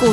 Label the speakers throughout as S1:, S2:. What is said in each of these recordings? S1: 股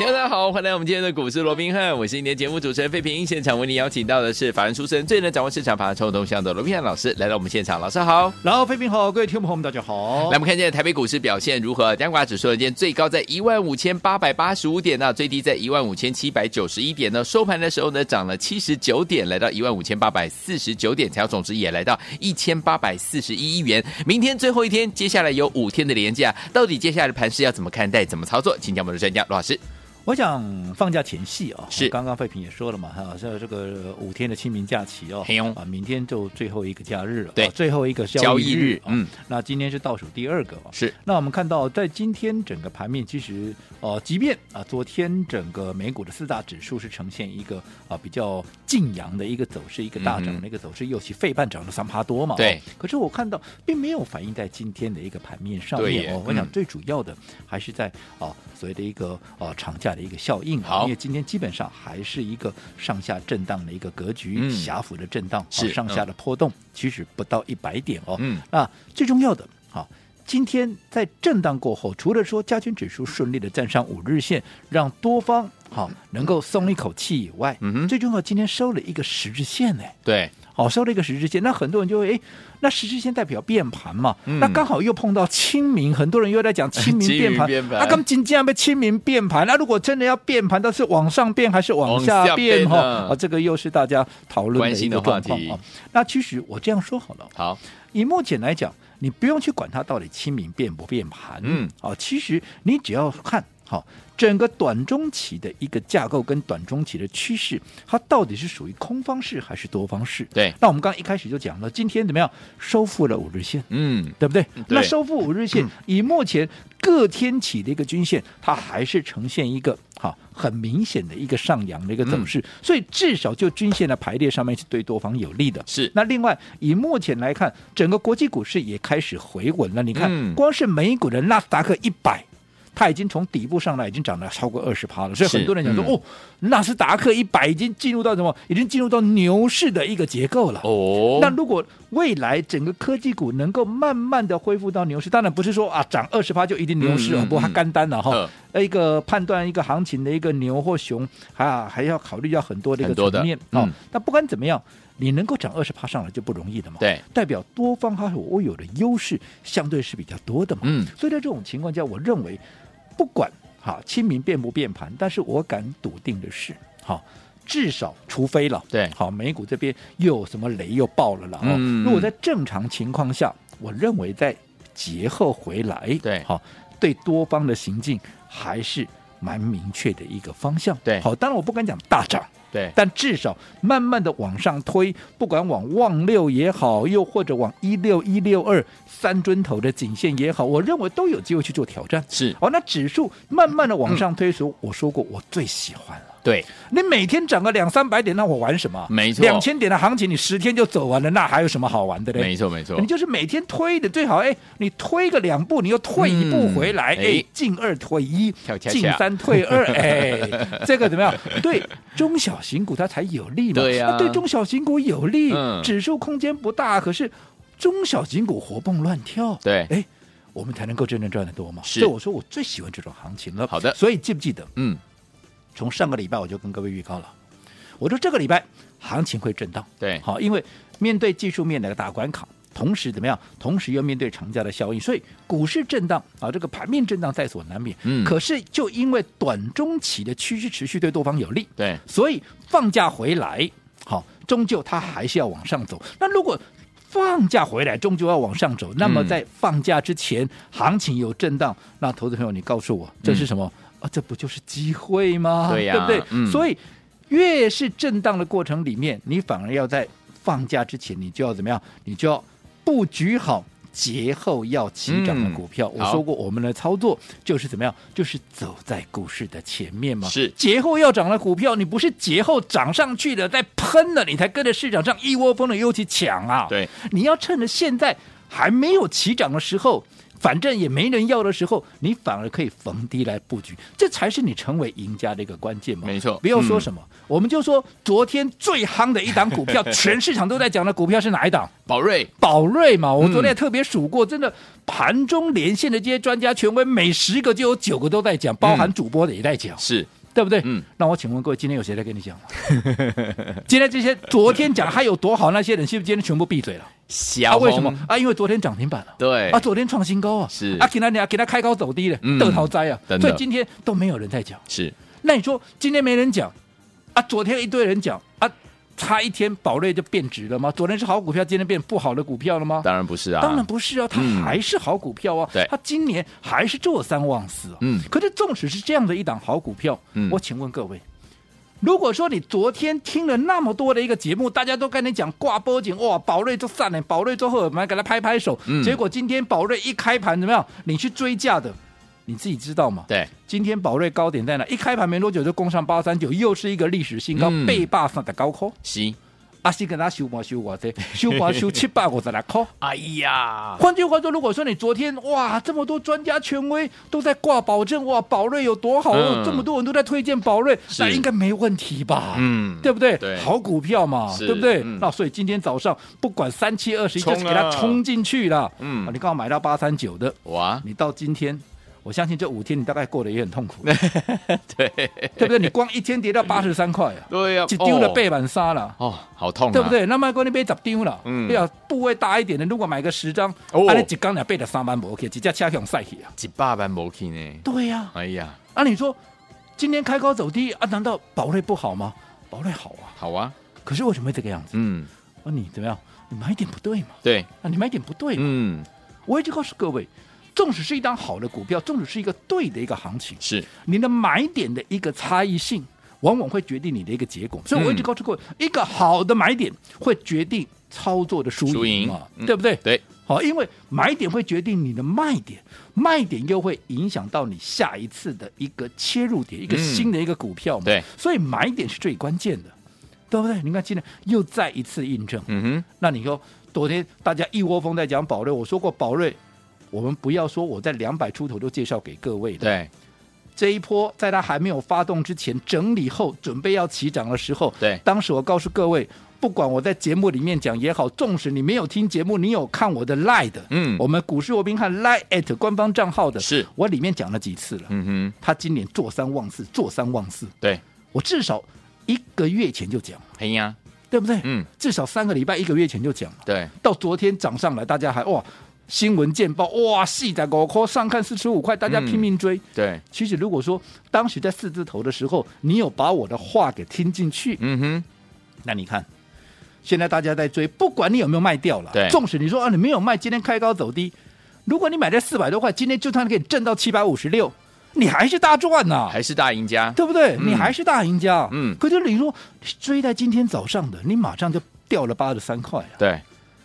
S2: 大家好，欢迎来我们今天的股市罗宾汉，我是今天节目主持人费平。现场为您邀请到的是法人出身、最能掌握市场法人冲动向的罗宾汉老师，来到我们现场。老师好，
S3: 然后，飞平好，各位听众朋友们，大家好。
S2: 来我们看现在台北股市表现如何？加挂指数呢，今天最高在一万五千八百八十五点呢、最低在一万五千七百九十一点呢。收盘的时候呢，涨了七十九点，来到一万五千八百四十九点，成交总值也来到一千八百四十一亿元。明天最后一天，接下来有五天的连假，到底接下来的盘势要怎么看待、怎么操作？请教我们的专家罗老师。
S3: 我想放假前夕啊，
S2: 是
S3: 刚刚费平也说了嘛，哈、像这个五天的清明假期哦
S2: 嘿哟，
S3: 啊，明天就最后一个假日了，
S2: 对
S3: 啊最后一个
S2: 交
S3: 交
S2: 易
S3: 易
S2: 日
S3: 日，
S2: 嗯
S3: 嗯，那今天是倒数第二个哦，
S2: 是
S3: 那我们看到，在今天整个盘面，其实呃，即便啊、昨天整个美股的四大指数是呈现一个啊、比较晋阳的一个走势，一个大
S2: 嗯
S3: 涨
S2: 哼
S3: 的一个走势，尤其费半涨了三趴多嘛。
S2: 对
S3: 哦可是我看到并没有反映在今天的一个盘面上
S2: 对
S3: 面
S2: 耶
S3: 哦。我想
S2: 嗯
S3: 最主要的还是在啊、所谓的一个啊长假的一个效应、啊，
S2: 好
S3: 因为今天基本上还是一个上下震荡的一个格局，
S2: 嗯
S3: 狭幅的震荡，啊
S2: 是
S3: 上下的波动，其实不到一百点哦。
S2: 嗯，
S3: 那最重要的，好、今天在震荡过后，除了说加权指数顺利的站上五日线，让多方好、能够松一口气以外，
S2: 嗯哼
S3: 最重要今天收了一个十日线呢，
S2: 对，
S3: 好、收了一个十日线，那很多人就会哎，那十日线代表变盘嘛，
S2: 嗯
S3: 那刚好又碰到清明，很多人又在讲清 明
S2: 清明
S3: 变盘，啊
S2: 变盘
S3: 那刚今天被清明变盘，那如果真的要变盘，到底是往上变还是往
S2: 往
S3: 下
S2: 下变
S3: 变哈？
S2: 啊
S3: 啊，这个又是大家讨论
S2: 关
S3: 的一
S2: 心
S3: 个
S2: 的话
S3: 状况
S2: 题
S3: 啊。那其实我这样说好了。
S2: 好，
S3: 以目前来讲，你不用去管它到底清明变不变盘，
S2: 嗯，
S3: 哦，其实你只要看好、整个短中期的一个架构跟短中期的趋势，它到底是属于空方式还是多方式？
S2: 对
S3: 那我们刚刚一开始就讲了，今天怎么样收复了五日线，
S2: 嗯，
S3: 对不对？
S2: 嗯对
S3: 那收复五日线，以目前各天起的一个均线，它还是呈现一个好很明显的一个上扬的一个走
S2: 嗯
S3: 势，所以至少就均线的排列上面是对多方有利的。
S2: 是
S3: 那另外，以目前来看，整个国际股市也开始回稳了。你看，
S2: 嗯
S3: 光是美股的纳斯达克一百。它已经从底部上来，已经涨了超过二十趴了，所以
S2: 是
S3: 很多人讲说，
S2: 嗯
S3: 哦，纳斯达克一百已经进入到什么？已经进入到牛市的一个结构了。
S2: 哦，
S3: 那如果未来整个科技股能够慢慢的恢复到牛市，当然不是说啊涨二十趴就一定牛
S2: 嗯
S3: 市哦，
S2: 嗯
S3: 不过它
S2: 嗯
S3: 干单了哈
S2: 呃。
S3: 呃，一个判断一个行情的一个牛或熊，啊还要考虑到很多的一个
S2: 很多的
S3: 层面哦
S2: 嗯。
S3: 那不管怎么样，你能够涨二十趴上来就不容易的嘛。
S2: 对，
S3: 代表多方它所有的优势相对是比较多的嘛。
S2: 嗯
S3: 所以在这种情况下，我认为不管哈清明变不变盘，但是我敢笃定的是，好。至少，除非了，
S2: 对
S3: 好，美股这边又有什么雷又爆了了、哦、
S2: 哎嗯
S3: 如果在正常情况下，我认为在节后回来，
S2: 对
S3: 好，对多方的行径还是蛮明确的一个方向。
S2: 对
S3: 好，当然我不敢讲大涨，
S2: 对，
S3: 但至少慢慢的往上推，不管往望六也好，又或者往一六一六二三尊头的颈线也好，我认为都有机会去做挑战。
S2: 是，
S3: 哦，那指数慢慢的往上推的
S2: 嗯
S3: 时候，我说过我最喜欢了。
S2: 对，
S3: 你每天涨个两三百点，那我玩什么？
S2: 没错
S3: 两千点的行情你十天就走完了，那还有什么好玩的嘞？
S2: 没错没错
S3: 你，就是每天推的最好，哎，你推个两步，你又退一步回来，
S2: 嗯哎
S3: 哎，进二退一
S2: 跳，恰恰
S3: 进三退二， 哎，这个怎么样？对中小型股它才有利嘛，啊
S2: 对呀
S3: 那对中小型股有利，
S2: 嗯
S3: 指数空间不大，可是中小型股活蹦乱跳，
S2: 对
S3: 哎。我们才能够真正赚得多嘛？
S2: 是
S3: 所以我说我最喜欢这种行情了。
S2: 好的
S3: 所以记不记得
S2: 嗯，
S3: 从上个礼拜我就跟各位预告了，我说这个礼拜行情会震荡，
S2: 对
S3: 好，因为面对技术面的大关卡。同时怎么样？同时又面对长假的效应，所以股市震荡啊，这个盘面震荡在所难免。
S2: 嗯
S3: 可是就因为短中期的趋势持续对多方有利，
S2: 对，
S3: 所以放假回来，好，终究它还是要往上走。那如果放假回来终究要往上
S2: 嗯
S3: 走，那么在放假之前、行情有震荡，那投资朋友你告诉我这是什么、啊？这不就是机会吗？
S2: 嗯对呀
S3: 对不对？
S2: 嗯
S3: 所以越是震荡的过程里面，你反而要在放假之前，你就要怎么样？你就要布局好。节后要起涨的股票，
S2: 嗯
S3: 我
S2: 好
S3: 说过，我们的操作就是怎么样，就是走在股市的前面嘛。
S2: 是
S3: 节后要涨的股票，你不是节后涨上去了，再喷了，你才跟着市场上一窝蜂的又去抢啊。
S2: 对，
S3: 你要趁着现在还没有起涨的时候。反正也没人要的时候，你反而可以逢低来布局，这才是你成为赢家的一个关键嘛。
S2: 没错嗯
S3: 不要说什么，我们就说昨天最夯的一档股 票，全市场都在讲的股票是哪一档？
S2: 宝瑞
S3: 宝瑞嘛，
S2: 嗯
S3: 我昨天也特别数过，真的盘中连线的这些专家权威，每十个就有九个都在讲，包
S2: 嗯
S3: 含主播的也在讲。
S2: 是
S3: 对不对？
S2: 嗯
S3: 那我请问各位，今天有谁在跟你讲吗？ 今天这些昨天讲它有多好，那些人是不是今天全部闭嘴了？啊，
S2: 小
S3: 为什
S2: 红
S3: 么，啊？因为昨天涨停板了。
S2: 对
S3: 啊，昨天创新高啊，
S2: 哎是
S3: 啊，给他给他开高走低了
S2: 嗯，
S3: 得逃灾啊
S2: 真，的
S3: 所以今天都没有人在讲。
S2: 是
S3: 那你说今天没人讲啊，昨天一堆人讲啊，差一天宝瑞就变值了吗？昨天是好股票，今天变不好的股票了吗？
S2: 当然不是啊，
S3: 当然不是啊，它
S2: 嗯
S3: 还是好股票啊，
S2: 对
S3: 它今年还是坐三望四啊。
S2: 嗯
S3: 可是纵使是这样的一档好股票，
S2: 嗯
S3: 我请问各位。如果说你昨天听了那么多的一个节目，大家都跟你讲挂波景，哇，宝瑞就散了，宝瑞做后，我们给他拍拍手。
S2: 嗯
S3: 结果今天宝瑞一开盘怎么样？你去追价的，你自己知道吗？
S2: 对，
S3: 今天宝瑞高点在哪？一开盘没多久就攻上八三九，又是一个历史新高，
S2: 嗯
S3: 被霸上的高空。
S2: 行，
S3: 阿信跟他修盘修我这，修盘修七百五十来块。
S2: 哎呀，
S3: 换句话说，如果说你昨天哇，这么多专家权威都在挂保证，哇，宝瑞有多好，
S2: 嗯
S3: 这么多人都在推荐宝瑞，
S2: 是
S3: 那应该没问题吧？
S2: 嗯，
S3: 对不对？
S2: 对
S3: 好股票嘛，
S2: 是
S3: 对不对？
S2: 嗯
S3: 那所以今天早上不管三七二十一，
S2: 冲
S3: 就
S2: 啊
S3: 是给它冲进去了。
S2: 嗯
S3: 啊你刚好买到八三九的，
S2: 哇，
S3: 你到今天，我相信这五天你大概过得也很痛苦，
S2: 对
S3: 对不对？你光一天跌到八十三块啊，
S2: 对呀，
S3: 就丢 了
S2: 哦
S3: 背板杀了。
S2: 哦，好痛，
S3: 对不？对？那么讲你买十张啦，
S2: 嗯
S3: 你要部位大一点的，如果买个十张，
S2: 哦
S3: 啊，你一缸两背的三万不 OK，一架车向晒去啊。
S2: 一百万无去呢，
S3: 对呀、
S2: 哎呀，
S3: 啊，你说今天开高走低啊，难道宝瑞不好吗？宝瑞好啊，
S2: 好啊，
S3: 可是为什么会这个样子？
S2: 嗯，
S3: 啊，你怎么样？你买点不对嘛？
S2: 对，
S3: 啊，你买点不对嘛？
S2: 嗯，
S3: 我一直告诉各位，纵使是一档好的股票，纵使是一个对的一个行情，
S2: 是
S3: 你的买点的一个差异性，往往会决定你的一个结果。
S2: 嗯
S3: 所以我一直告诉各位，一个好的买点会决定操作的输
S2: 输
S3: 赢
S2: 赢
S3: 嘛，
S2: 嗯
S3: 对不对？
S2: 对，
S3: 好，因为买点会决定你的卖点，卖点又会影响到你下一次的一个切入点，一
S2: 嗯
S3: 个新的一个股票嘛。
S2: 对，
S3: 所以买点是最关键的，对不对？你看今天又再一次印证。
S2: 嗯
S3: 那你说昨天大家一窝蜂在讲宝瑞，我说过宝瑞，我们不要说我在两百出头就介绍给各位
S2: 哼，
S3: 的，
S2: 对，
S3: 这一波在它还没有发动之前，整理后准备要起涨的时候，
S2: 对
S3: 当时我告诉各位，不管我在节目里面讲也好，纵使你没有听节目，你有看我的 Lie 的，
S2: 嗯
S3: 我们股市罗宾汉 Lie at 官方账号的，
S2: 是
S3: 我里面讲了几次了，
S2: 嗯
S3: 他今年坐三望四，坐三望四，
S2: 哼，对，
S3: 我至少一个月前就讲，
S2: 哎呀，
S3: 对不对？
S2: 嗯，
S3: 至少三个礼拜、一个月前就讲了，
S2: 对，
S3: 到昨天涨上来，大家还哇。新闻见报，哇，细在五块，上看四十五块，大家
S2: 嗯
S3: 拼命追。
S2: 对，
S3: 其实如果说当时在四字头的时候，你有把我的话给听进去，
S2: 嗯哼，
S3: 那你看。现在大家在追，不管你有没有卖掉了
S2: 对，
S3: 纵使你说啊你没有卖，今天开高走低，如果你买在四百多块，今天就算给你挣到七百五十六，你还是大赚呐、
S2: 啊还是大赢家，
S3: 对不对？
S2: 嗯
S3: 你还是大赢家。
S2: 嗯
S3: 可是你说追在今天早上的，你马上就掉了八十三块啊，
S2: 对，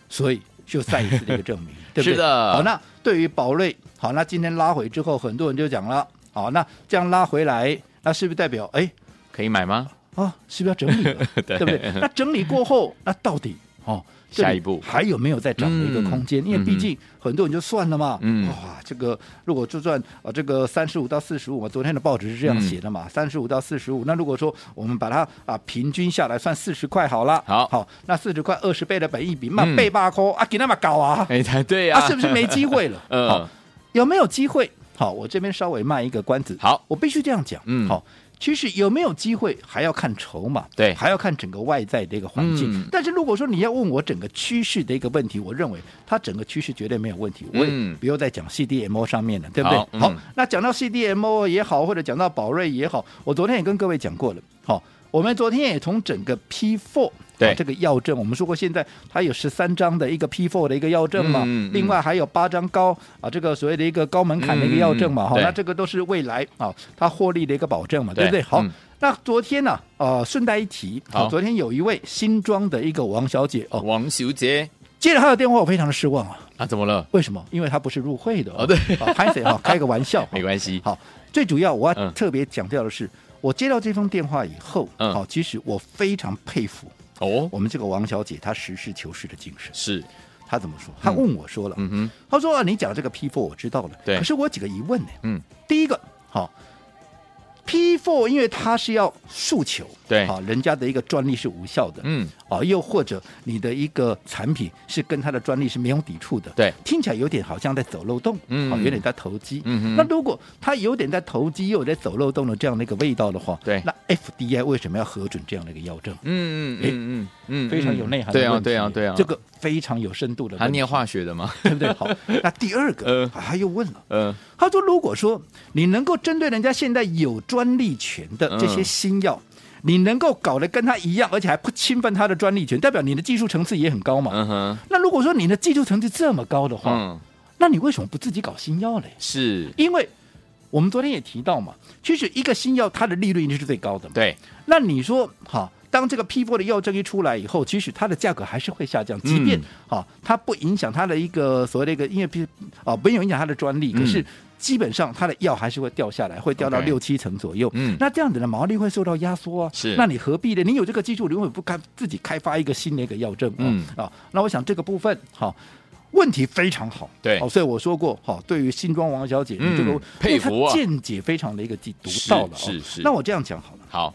S3: 所以就再一次的一个证 明，对不对？
S2: 是的
S3: 好，那对于宝瑞，好，那今天拉回之后，很多人就讲了，好，那这样拉回来，那是不是代表哎
S2: 可以买吗？
S3: 啊，是不是要整理了，
S2: 对
S3: 对不对？那整理过后，那到底 哦，这里
S2: 下一步
S3: 还有没有再涨的一个空间？
S2: 嗯
S3: 因为毕竟很多人就算了嘛，
S2: 嗯
S3: 哇，这个如果就算啊、呃这个三十五到四十五嘛，昨天的报纸是这样写的
S2: 嗯
S3: 嘛，三十五到四十五，那如果说我们把它啊平均下来算四十块好了，
S2: 好
S3: 好，那四十块二十倍的本益比，
S2: 嗯
S3: 那倍八扣啊，给那么搞啊，
S2: 哎，才对呀？
S3: 啊，，是不是没机会了
S2: 嗯
S3: 好，有没有机会？好，我这边稍微卖一个关子。
S2: 好
S3: 我必须这样讲。
S2: 嗯
S3: 好，其实有没有机会还要看筹码，
S2: 对
S3: 还要看整个外在的一个环境。
S2: 嗯
S3: 但是如果说你要问我整个趋势的一个问题，我认为它整个趋势绝对没有问题。我
S2: 嗯
S3: 也不用再讲 CDMO 上面了，对不对？
S2: 好嗯
S3: 那讲到 CDMO 也好，或者讲到宝瑞也好，我昨天也跟各位讲过了。好。我们昨天也从整个 P4
S2: 对
S3: 啊这个药证，我们说过，现在它有十三张的一个 P4 的一个药证嘛，
S2: 嗯嗯
S3: 另外还有八张高啊，这个所谓的一个高门槛的一个药证嘛，
S2: 嗯
S3: 好、
S2: 对
S3: 那这个都是未来啊，它获利的一个保证嘛，对不
S2: 对
S3: 对？好，
S2: 嗯
S3: 那昨天呢、呃，顺带一提，
S2: 好
S3: 昨天有一位新庄的一个王小姐哦，
S2: 王小姐
S3: 接了她的电话，我非常的失望啊，
S2: 啊，怎么了？
S3: 为什么？因为她不是入会的
S2: 哦对
S3: 啊，拍谁 哈，开个玩笑，哦
S2: 没关系，
S3: 好，最主要我要
S2: 嗯
S3: 特别强调的是，我接到这封电话以后，
S2: 嗯
S3: 好、其实我非常佩服
S2: 哦，
S3: 我们这个王小姐她实事求是的精神。
S2: 是，
S3: 他怎么说？他问我说了，
S2: 嗯哼，
S3: 他说、啊、你讲这个 P four 我知道了，
S2: 对
S3: 可是我有几个疑问呢。
S2: 嗯，
S3: 第一个，好、p four 因为它是要诉求，
S2: 对
S3: 好、人家的一个专利是无效的，
S2: 嗯，
S3: 哦，又或者你的一个产品是跟它的专利是没有抵触的，
S2: 对
S3: 听起来有点好像在走漏洞，
S2: 嗯
S3: 好、有点在投机，
S2: 嗯哼
S3: 那如果它有点在投机又有在走漏洞的这样的一个味道的话，
S2: 对
S3: 那 FDA 为什么要核准这样的一个药证？
S2: 嗯嗯嗯嗯嗯，
S3: 非常有内涵的
S2: 对啊
S3: 问题
S2: 对啊对啊，
S3: 这个非常有深度的问题，
S2: 他念化学的吗？
S3: 对不对？ 好，那第二个，
S2: 呃
S3: 啊他又问了。
S2: 嗯，
S3: 他说：“如果说你能够针对人家现在有专利权的这些
S2: 嗯
S3: 新药，你能够搞得跟他一样，而且还不侵犯他的专利权，代表你的技术层次也很高嘛。
S2: 嗯哼，
S3: 那如果说你的技术层次这么高的话，
S2: 嗯，
S3: 那你为什么不自己搞新药嘞？
S2: 是，
S3: 因为我们昨天也提到嘛，其实一个新药它的利润一定是最高的嘛。
S2: 对，
S3: 那你说，好，当这个 P 4的药证一出来以后，其实它的价格还是会下降，即便
S2: 嗯
S3: 好、它不影响它的一个所谓的一个，因为 P 啊没有影响它的专利，
S2: 嗯
S3: 可是基本上它的药还是会掉下来，会掉到
S2: OK
S3: 六七成左右。
S2: 嗯
S3: 那这样子的毛利会受到压缩啊。
S2: 是
S3: 那你何必呢？你有这个技术，你为什么不开自己开发一个新的一个药证啊？
S2: 嗯
S3: 啊，那我想这个部分好。问题非常好，
S2: 对
S3: 哦，所以我说过，好、对于新庄王小姐，
S2: 嗯
S3: 你这个
S2: 佩服啊
S3: 因为她见解非常的一个独到了、哦，
S2: 是是是
S3: 那我这样讲好了。
S2: 好，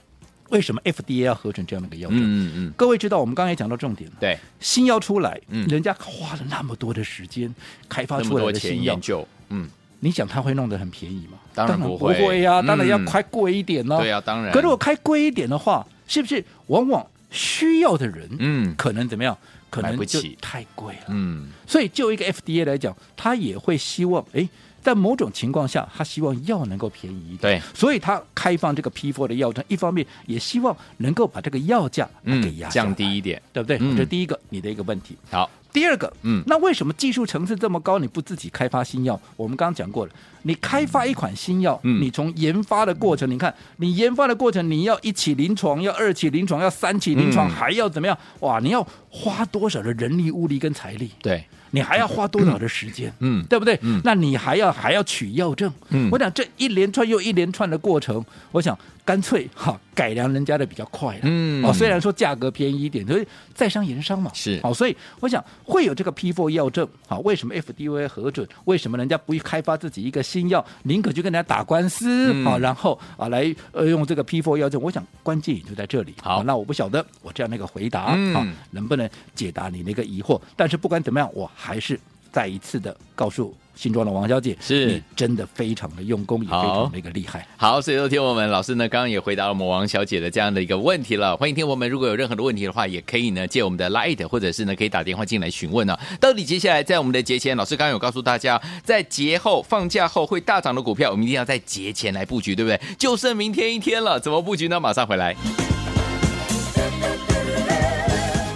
S3: 为什么 FDA 要核准这样的一个药证？
S2: 嗯嗯嗯，
S3: 各位知道，我们刚才也讲到重点了。
S2: 对，
S3: 新药出来，
S2: 嗯
S3: 人家花了那么多的时间开发
S2: 那
S3: 出
S2: 么
S3: 来
S2: 多
S3: 的
S2: 钱
S3: 新药
S2: 研，究，嗯，
S3: 你想它会弄得很便宜吗？
S2: 当然
S3: 不
S2: 不会
S3: 呀、啊，
S2: 嗯
S3: 当然要开贵一点呢、
S2: 对啊，当然，
S3: 可是我开贵一点的话，是不是往往需要的人，
S2: 嗯
S3: 可能怎么样？可
S2: 买
S3: 能
S2: 不
S3: 就
S2: 起
S3: 太贵了。
S2: 嗯，
S3: 所以就一个 FDA 来讲，他也会希望，诶，在某种情况下，他希望药能够便宜一点，
S2: 对，
S3: 所以他开放这个 P4 的药证，一方面也希望能够把这个药价啊
S2: 嗯
S3: 给压下来
S2: 降低一点
S3: 对不对？
S2: 嗯
S3: 这第一个你的一个问题。
S2: 好，
S3: 第二个，
S2: 嗯
S3: 那为什么技术层次这么高，你不自己开发新药？我们刚刚讲过了，你开发一款新药，
S2: 嗯
S3: 你从研发的过程，你看你研发的过程，你要一期临床，要二期临床，要三期临床，
S2: 嗯
S3: 还要怎么样？哇，你要花多少的人力、物力跟财力？
S2: 对，
S3: 你还要花多少的时间？
S2: 嗯
S3: 对不对？
S2: 嗯
S3: 那你还要还要取药证？
S2: 嗯
S3: 我想这一连串又一连串的过程，我想干脆哈改良人家的比较快了。
S2: 嗯
S3: 哦，虽然说价格便宜一点，所以在商言商嘛。
S2: 是
S3: 哦，所以我想会有这个 P4 药证。好，为什么 FDA 核准？为什么人家不开发自己一个新药，宁可去跟人家打官司？
S2: 嗯
S3: 好、然后啊来呃用这个 P4 药证，我想关键也就在这里。哦
S2: 好
S3: 那我不晓得我这样的一个回答啊、
S2: 嗯
S3: 好能不能解答你那个疑惑？但是不管怎么样，我还是再一次的告诉新庄的王小姐，
S2: 是
S3: 你真的非常的用功，也非
S2: 好
S3: 常的一个厉害。
S2: 好，所以说听我们老师呢，刚刚也回答了我们王小姐的这样的一个问题了。欢迎听我们，如果有任何的问题的话，也可以呢借我们的 Light，或者是呢可以打电话进来询问啊。到底接下来在我们的节前，老师刚刚有告诉大家，在节后放假后会大涨的股票，我们一定要在节前来布局，对不对？就剩明天一天了，怎么布局呢？马上回来。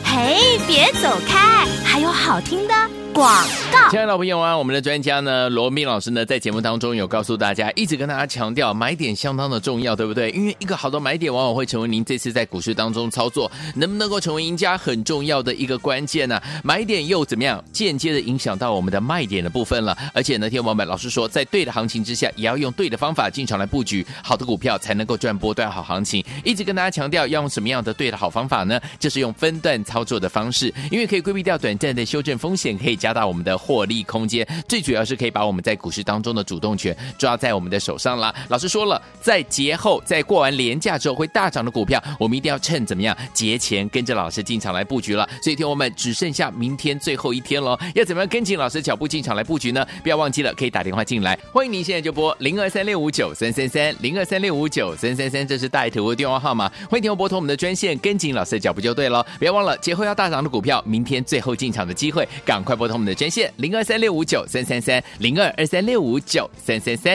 S1: 嘿，别走开，还有好听的广告。
S2: 亲爱的老朋友啊，我们的专家呢，罗密老师呢，在节目当中有告诉大家，一直跟大家强调，买点相当的重要，对不对？因为一个好的买点，往往会成为您这次在股市当中操作能不能够成为赢家很重要的一个关键呢、买点又怎么样，间接的影响到我们的卖点的部分了。而且呢，天王们老师说，在对的行情之下，也要用对的方法进场来布局好的股票，才能够赚波段好行情。一直跟大家强调，要用什么样的对的好方法呢？就是用分段操作的方式，因为可以规避掉短暂的修正风险，可以加大我们的获利空间。最主要是可以把我们在股市当中的主动权抓在我们的手上啦。老师说了，在节后，在过完年假之后会大涨的股票，我们一定要趁怎么样节前跟着老师进场来布局了。所以，听我们只剩下明天最后一天喽，要怎么样跟紧老师脚步进场来布局呢？不要忘记了，可以打电话进来，欢迎您现在就拨零二三六五九三三三零二三六五九三三三，这是大爱图的电话号码，欢迎听我拨通我们的专线，跟紧老师的脚步就对了。不要忘了，节后要大涨的股票，明天最后进场的机会，赶快拨通我们的专线零二三六五九三三三零二二三六五九三三三。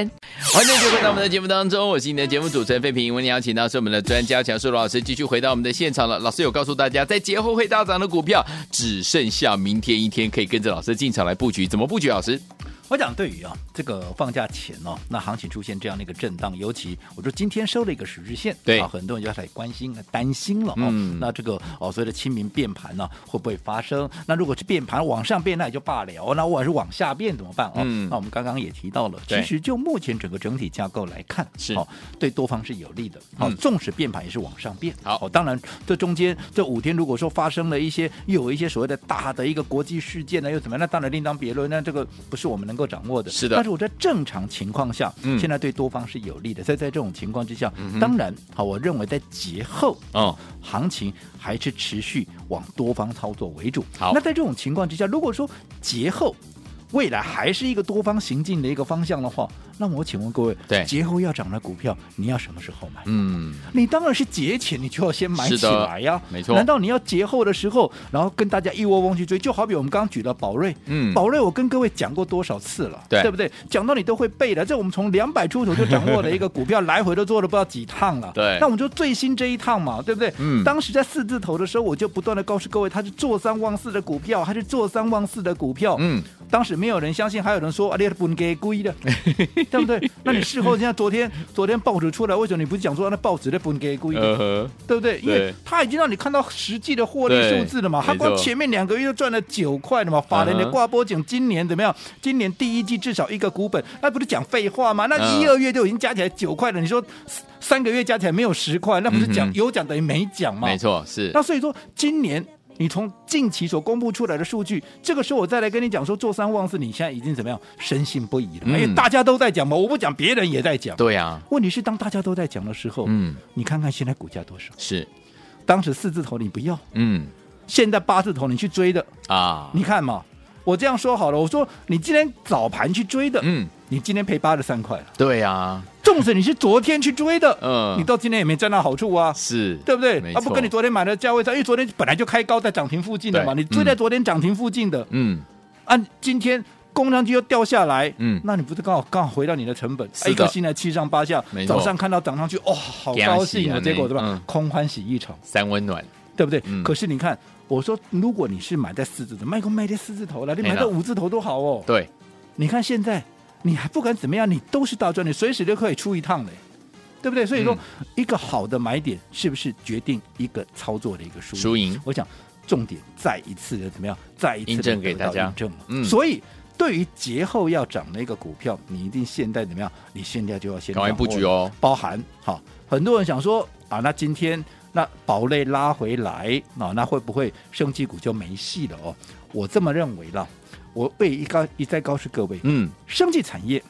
S2: 欢迎继续回到我们的节目当中，我是你的节目主持人费平。为您邀请到是我们的专家强硕罗老师，继续回到我们的现场了。老师有告诉大家，在节后会大涨的股票，只剩下明天一天可以跟着老师进场来布局，怎么布局？老师，
S3: 我讲对于啊，这个放假前哦，那行情出现这样的一个震荡，尤其我说今天收了一个十日线，
S2: 对
S3: 啊，很多人就开始关心、担心了哦。
S2: 嗯
S3: 那这个哦，所谓的清明变盘呢、会不会发生？那如果是变盘往上变，那也就罢了，哦那我还是往下变怎么办哦？
S2: 嗯
S3: 那我们刚刚也提到了，
S2: 对
S3: 其实就目前整个整体架构来看，
S2: 是
S3: 哦，对多方是有利的。好、
S2: 嗯
S3: 纵使变盘也是往上变。
S2: 好
S3: 哦当然这中间这五天如果说发生了一些又有一些所谓的大的一个国际事件呢，啊又怎么样？那当然另当别论，那这个不是我们能够掌握的。
S2: 是的
S3: 但是我在正常情况下，
S2: 嗯
S3: 现在对多方是有利的。所以在这种情况之下，
S2: 嗯哼
S3: 当然好，我认为在节后
S2: 哦，
S3: 行情还是持续往多方操作为主。
S2: 好
S3: 那在这种情况之下，如果说节后未来还是一个多方行进的一个方向的话，那么我请问各位，
S2: 对
S3: 节后要涨的股票，你要什么时候买？
S2: 嗯，
S3: 你当然是节前，你就要先买
S2: 是
S3: 起
S2: 的
S3: 来呀、
S2: 没错
S3: 难道你要节后的时候，然后跟大家一窝蜂去追？就好比我们刚刚举了宝瑞，
S2: 嗯
S3: 宝瑞我跟各位讲过多少次了，
S2: 对
S3: 不对？讲到你都会背了。这我们从两百出头就掌握了一个股票，来回都做了不知道几趟了。
S2: 对
S3: 那我们就最新这一趟嘛，对不对？
S2: 嗯
S3: 当时在四字头的时候，我就不断的告诉各位，它是做三望四的股票，它是做三望四的股票。
S2: 嗯，
S3: 当时没有人相信，还有人说啊，你不给故 意的，对不对？那你事后现在昨天 昨天报纸出来，为什么你不是讲说那报纸的不给故意的？
S2: 呃呵，
S3: 对不对？因
S2: 对
S3: 为他已经让你看到实际的获利
S2: 对
S3: 数字了嘛，
S2: 没
S3: 他光
S2: 错
S3: 前面两个月就赚了九块了嘛。法人
S2: 嗯
S3: 的
S2: 哼
S3: 挂波奖今年怎么样？今年第一季至少一个股本，那不是讲废话吗？那一
S2: 嗯
S3: 二月就已经加起来九块了，你说三三个月加起来没有十块，那不是
S2: 嗯
S3: 讲
S2: 哼
S3: 有讲等于没讲吗？
S2: 没错，是
S3: 那所以说，今年你从近期所公布出来的数据，这个时候我再来跟你讲说，做三望四，你现在已经怎么样深信不疑了嘛？
S2: 嗯
S3: 因为大家都在讲嘛，我不讲，别人也在讲。
S2: 对啊，
S3: 问题是，当大家都在讲的时候，
S2: 嗯，
S3: 你看看现在股价多少？
S2: 是，
S3: 当时四字头你不要，
S2: 嗯
S3: 现在八字头你去追的，
S2: 啊，
S3: 你看嘛。我这样说好了，我说你今天早盘去追的，
S2: 嗯，
S3: 你今天赔八十三块了。
S2: 对啊，
S3: 纵使你是昨天去追的，
S2: 嗯
S3: 你到今天也没占到好处啊。
S2: 是，
S3: 对不对
S2: 没？
S3: 啊，不
S2: 错
S3: 跟你昨天买的价位差，因为昨天本来就开高在涨停附近的嘛，
S2: 对
S3: 你追在昨天涨停附近的，
S2: 嗯，
S3: 啊，今天攻上去又掉下来，
S2: 嗯
S3: 那你不是刚好刚好回到你的成本？
S2: 是的
S3: 一个新的七上八下
S2: 没，错
S3: 早上看到涨上去，哇、好高兴啊！
S2: 惊喜啊
S3: 结果对吧？
S2: 嗯
S3: 空欢喜一场，
S2: 三温暖，
S3: 对不对？
S2: 嗯
S3: 可是你看，我说如果你是买在四字头，卖个卖在四字头了，你
S2: 没
S3: 买
S2: 了
S3: 到五字头多好哦。
S2: 对，
S3: 你看现在，你还不管怎么样，你都是大赚，你随时都可以出一趟嘞，对不对？所以说，
S2: 嗯
S3: 一个好的买点是不是决定一个操作的一个输赢？
S2: 输赢
S3: 我想重点再一次的怎么样，再一次地
S2: 印证给
S3: 得到
S2: 大家
S3: 印证了。
S2: 嗯
S3: 所以对于节后要涨的一个股票，你一定现在怎么样？你现在就要先
S2: 赶快
S3: 掌握
S2: 布局哦。
S3: 包含好，很多人想说啊，那今天那宝类拉回来啊，那会不会升级股就没戏了哦？我这么认为啦。我被一告一再告诉各位，
S2: 嗯
S3: 生技产业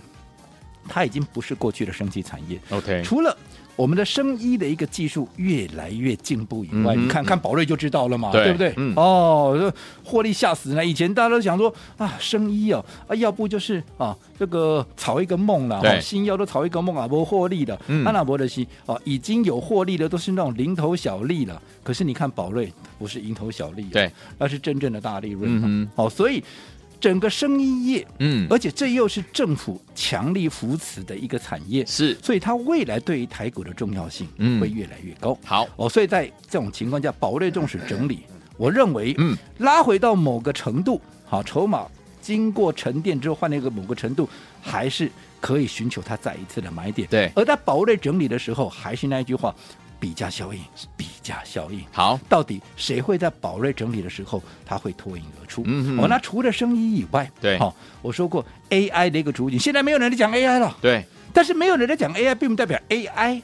S3: 它已经不是过去的生技产业，
S2: ，OK，
S3: 除了。我们的生医的一个技术越来越进步以外，
S2: 嗯哼
S3: 你看看宝瑞就知道了嘛，
S2: 对
S3: 不对？
S2: 嗯
S3: 哦，这获利吓死人了！以前大家都想说啊，生医哦，啊，要不就是啊，这个炒一个梦啦，
S2: 对
S3: 哦新药都炒一个梦啊，不获利的。
S2: 嗯
S3: 安娜伯德西哦，已经有获利的都是那种零头小利了。可是你看宝瑞不是蝇头小利、啊，
S2: 对，
S3: 那是真正的大利润、啊。
S2: 嗯
S3: 哦，所以整个生医业，
S2: 嗯，
S3: 而且这又是政府强力扶持的一个产业，
S2: 是，
S3: 所以它未来对于台股的重要性
S2: 嗯
S3: 会越来越高。
S2: 好，
S3: 哦，所以在这种情况下，宝瑞重视整理，我认为，
S2: 嗯，
S3: 拉回到某个程度，好，筹码经过沉淀之后，换了一个某个程度，还是可以寻求它再一次的买点。
S2: 对
S3: 而在宝瑞整理的时候，还是那一句话，比价效应，比价效应。
S2: 好，
S3: 到底谁会在宝瑞整理的时候，它会脱颖而出？
S2: 嗯哼
S3: 哦，那除了生意以外，
S2: 对
S3: 好、我说过 AI 的一个主景，现在没有人在讲 AI 了，
S2: 对，
S3: 但是没有人在讲 AI，并不代表 AI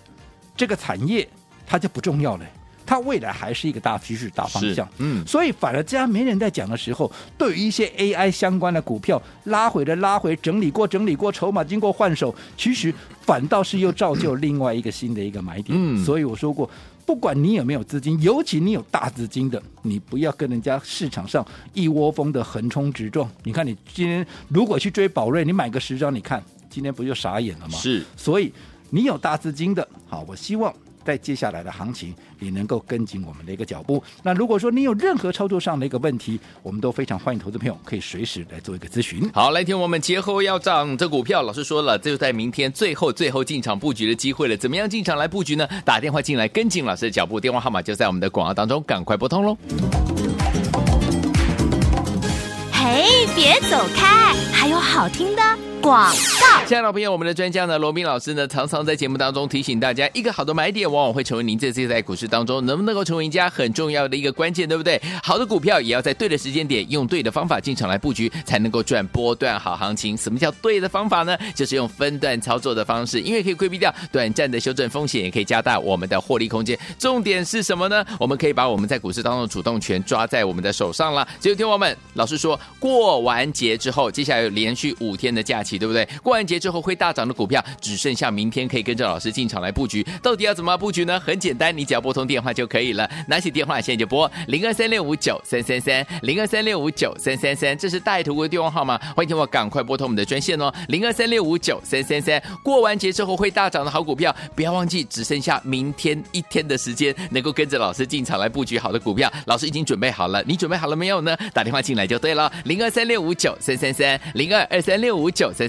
S3: 这个产业它就不重要了，它未来还是一个大趋势、大方
S2: 是
S3: 向，。
S2: 嗯，
S3: 所以反而这样没人在讲的时候，对于一些 AI 相关的股票拉回的拉回，整理过整理过，筹码经过换手，其实反倒是又造就另外一个新的一个买点。
S2: 嗯
S3: 所以我说过。不管你有没有资金，尤其你有大资金的，你不要跟人家市场上一窝蜂的横冲直撞。你看，你今天如果去追宝瑞，你买个十张，你看今天不就傻眼了吗？
S2: 是，
S3: 所以你有大资金的，好，我希望在接下来的行情，你能够跟紧我们的一个脚步。那如果说你有任何操作上的一个问题，我们都非常欢迎投资朋友可以随时来做一个咨询。
S2: 好，来听我们节后要涨这股票，老师说了，这就在明天最后最后进场布局的机会了。怎么样进场来布局呢？打电话进来跟紧老师的脚步，电话号码就在我们的广告当中，赶快拨通喽。
S1: 嘿，嘿，别走开，还有好听的广告。
S2: 亲爱的朋友，我们的专家呢，罗斌老师呢，常常在节目当中提醒大家，一个好的买点往往会成为您这次在股市当中能不能够成为赢家很重要的一个关键，对不对？好的股票也要在对的时间点，用对的方法进场来布局，才能够赚波段好行情。什么叫对的方法呢？就是用分段操作的方式，因为可以规避掉短暂的修正风险，也可以加大我们的获利空间。重点是什么呢？我们可以把我们在股市当中的主动权抓在我们的手上了。所以，听我们，老师说过完节之后，接下来有连续五天的假期，对不对？过完节之后会大涨的股票，只剩下明天可以跟着老师进场来布局。到底要怎么布局呢？很简单，你只要拨通电话就可以了。拿起电话现在就拨零二三六五九三三三零二三六五九三三三，这是带图的电话号码，欢迎听我赶快拨通我们的专线哦，零二三六五九三三三。过完节之后会大涨的好股票，不要忘记，只剩下明天一天的时间，能够跟着老师进场来布局好的股票。老师已经准备好了，你准备好了没有呢？打电话进来就对了，零二三六五九三三三零二二三六五九三